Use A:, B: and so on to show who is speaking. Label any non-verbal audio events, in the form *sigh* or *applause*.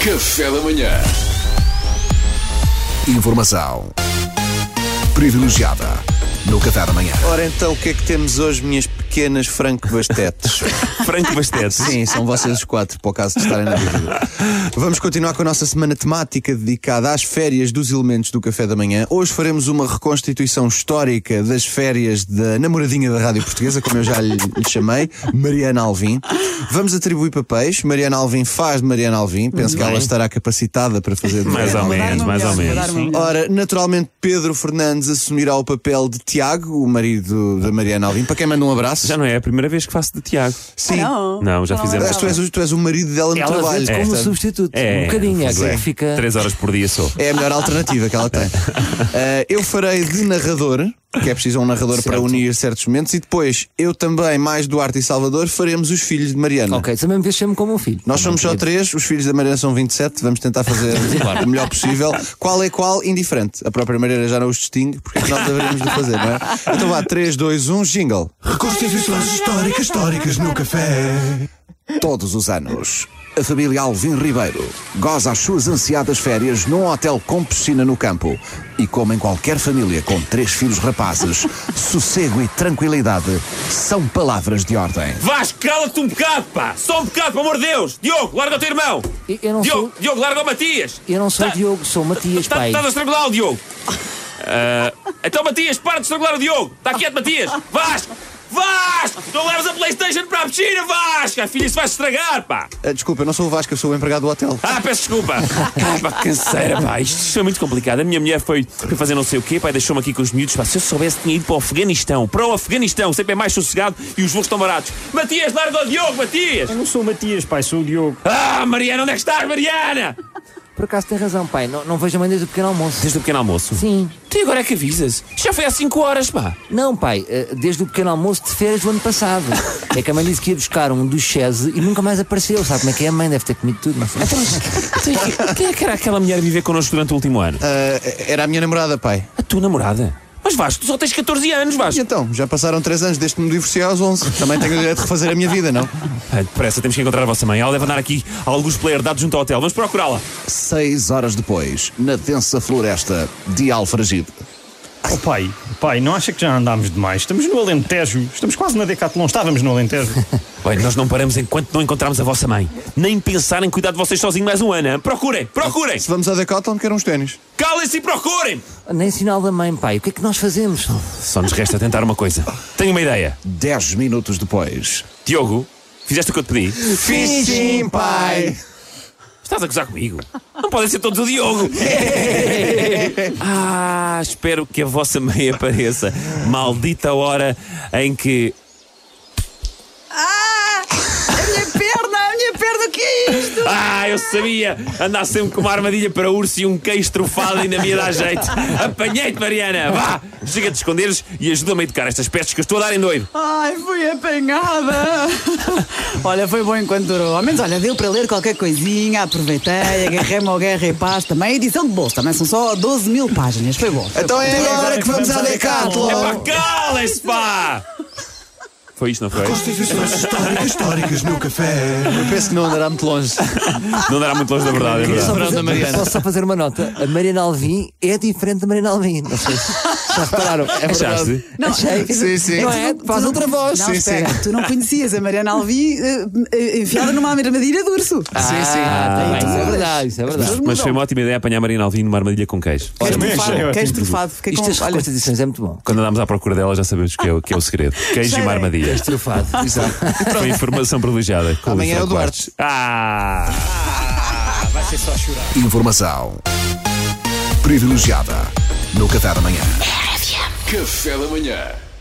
A: Café da Manhã. Informação privilegiada no Café da Manhã.
B: Ora então, o que é que temos hoje, minhas pequenas Franco Bastetes?
C: *laughs* Franco Bastet.
B: Sim, são vocês os quatro, para o caso de estarem na dúvida. Vamos continuar com a nossa semana temática dedicada às férias dos elementos do café da manhã. Hoje faremos uma reconstituição histórica das férias da namoradinha da Rádio Portuguesa, como eu já lhe, lhe chamei, Mariana Alvim. Vamos atribuir papéis. Mariana Alvim faz de Mariana Alvim. Penso que ela estará capacitada para fazer de
C: Mais
B: Mariana
C: ou
B: Alvim.
C: menos, mais ou menos.
D: um-
B: Ora, naturalmente, Pedro Fernandes assumirá o papel de Tiago, o marido da Mariana Alvim, para quem manda um abraço.
C: Já não é a primeira vez que faço de Tiago.
B: Sim.
C: Não, já fizemos.
B: Aliás, tu és, o- tu és o marido dela no
E: Ela
B: trabalho.
E: vende como
B: portanto,
E: substituto.
C: É,
E: um bocadinho, é,
C: pois
E: que
C: é.
E: fica.
C: Três horas por dia sou.
B: É a melhor alternativa que ela tem. Eh, eu farei de narrador, que é preciso um narrador para unir certos momentos, e depois eu também, mais Duarte e Salvador, faremos os filhos de Mariana.
E: Ok, também me deixa-me como um filho.
B: Nós somos só três, os filhos da Mariana são 27, vamos tentar fazer o melhor possível. Qual é qual? Indiferente. A própria Mariana já não os distingue, porque é que nós haveríamos de fazer, não é? Então vá, 3, 2, 1, jingle.
F: Reconstituições históricas, históricas no café.
B: Todos os anos, a família Alvim Ribeiro goza as suas ansiadas férias num hotel com piscina no campo. E como em qualquer família com três filhos rapazes, sossego e tranquilidade são palavras de ordem.
C: Vasco, cala-te um bocado, pá! Só um bocado, pelo amor de Deus! Diogo, larga o teu irmão!
E: Eu, eu não
C: Diogo,
E: sou.
C: Diogo, larga o Matias!
E: Eu não sou
C: Tá-
E: Diogo, sou Matias,
C: Tá-
E: pai.
C: Estás a estrangulá-lo, Diogo! Ah, então, Matias, para de estrangular o Diogo! Está quieto, Matias! Vasco! Vasco! Não leves a Playstation para a piscina, Vasco! A filha isso vai estragar, pá!
B: Ah, Desculpa, eu não sou o Vasco, eu sou o empregado do hotel.
C: Ah, peço desculpa. *laughs* Ai, pá, canseira, pá. Isto foi muito complicado. A minha mulher foi, foi fazer não sei o quê, pá, e deixou-me aqui com os miúdos. Pá, se eu soubesse, tinha ido para o Afeganistão. Para o Afeganistão, sempre é mais sossegado e os voos estão baratos. Matias, larga o Diogo, Matias!
G: Eu não sou o Matias, pai, sou o Diogo.
C: Ah, Mariana, onde é que estás, Mariana?
E: Por acaso tem razão, pai. Não, não vejo a mãe desde o pequeno almoço.
C: Desde o pequeno almoço.
E: Sim.
C: Tu agora é que avisas? Já foi há 5 horas, pá.
E: Não, pai, eh, desde o pequeno almoço de férias do
C: *laughs*
E: ano passado. É que a mãe disse que ia buscar um duchese e nunca mais apareceu. Sabe como é que é? A mãe deve ter comido tudo. Não sei.
C: Então, mas tu é que- Quem é que era aquela mulher a viver connosco durante o último ano?
B: Ah, era a minha namorada, pai.
C: A tua namorada. Mas Vasco, tu só tens 14 anos,
B: E
C: Vasco.
B: então, já passaram 3 anos desde que me divorciei aos 11. Também tenho o direito de refazer a minha vida, não?
C: Ah, depressa, temos que encontrar a vossa mãe. Ela deve andar aqui a alguns player dados junto ao hotel. Vamos procurá-la.
B: Seis horas depois, na densa floresta de Alfragide.
G: Oh, pai, pai, não acha que já andámos demais? Estamos no Alentejo, estamos quase na Decathlon, estávamos no Alentejo.
C: Bem, nós não paramos enquanto não encontrarmos a vossa mãe. Nem pensar em cuidar de vocês sozinho mais um ano. hein? Procurem, procurem!
B: Se vamos à Decathlon, quero uns ténis.
C: Calem-se e procurem!
E: Nem sinal da mãe, pai. O que é que nós fazemos?
C: Só nos resta tentar uma coisa. Tenho uma ideia.
B: Dez minutos depois.
C: Diogo, fizeste o que eu te pedi?
B: Fiz sim, pai!
C: Estás a gozar comigo? Não podem ser todos o Diogo! ah, espero que a vossa mãe apareça. Maldita hora em que.
D: Ah! A minha perna! A minha perna, o que é isto?
C: Ah, eu sabia! Andar sempre com uma armadilha para urso e um queijo trufado ainda me ia dar jeito. Apanhei-te, Mariana! Vá! Chega de esconderes e ajuda-me a educar estas pestes que eu estou a dar em doido.
D: Ai, fui apanhada! *laughs* olha, foi bom enquanto durou. Ao menos, olha, deu para ler qualquer coisinha, aproveitei, agarrei-me ao Guerra e Paz também. Edição de bolso também, são só 12 mil páginas, foi bom.
B: Então é agora que vamos à
C: É
B: Decathlon!
C: pá, calem-se, pá! Foi isto, não foi?
F: Reconstituições históricas, históricas no café.
B: Eu penso que não andará muito longe.
C: Não dará muito longe da verdade, é
E: Só
C: verdade.
B: Pronto,
E: fazer-
B: Mariana.
E: Posso só fazer uma nota? A Mariana Alvim é diferente da Mariana Alvim. Não
C: *laughs*
E: sei se já repararam. É
C: Achaste?
D: Não,
E: Achei.
B: Sim, sim.
E: Não é? Faz outra voz.
D: Não, espera, tu não conhecias a Mariana Alvi eh, eh, enfiada numa armadilha de urso.
B: Sim, sim.
E: Ah,
D: tem
E: isso é
D: todas.
E: verdade, isso é verdade.
C: Mas foi uma ótima ideia apanhar a Marina Alvim numa armadilha com queijo.
D: Queres
G: mas é
D: trufado,
G: ótimo.
D: queres trufado. Fica
E: Isto
D: com...
E: das
D: Olha,
E: reconstituições é muito bom.
C: Quando andámos à procura dela já sabemos que é, o- que é o segredo. Queijo e uma armadilha.
E: Trufado.
C: Foi informação privilegiada. com o
B: Amanhã é o
C: Luís
B: Duarte.
C: Franco Bastos. Ah!
A: Informação privilegiada no Café da Manhã. Café da Manhã.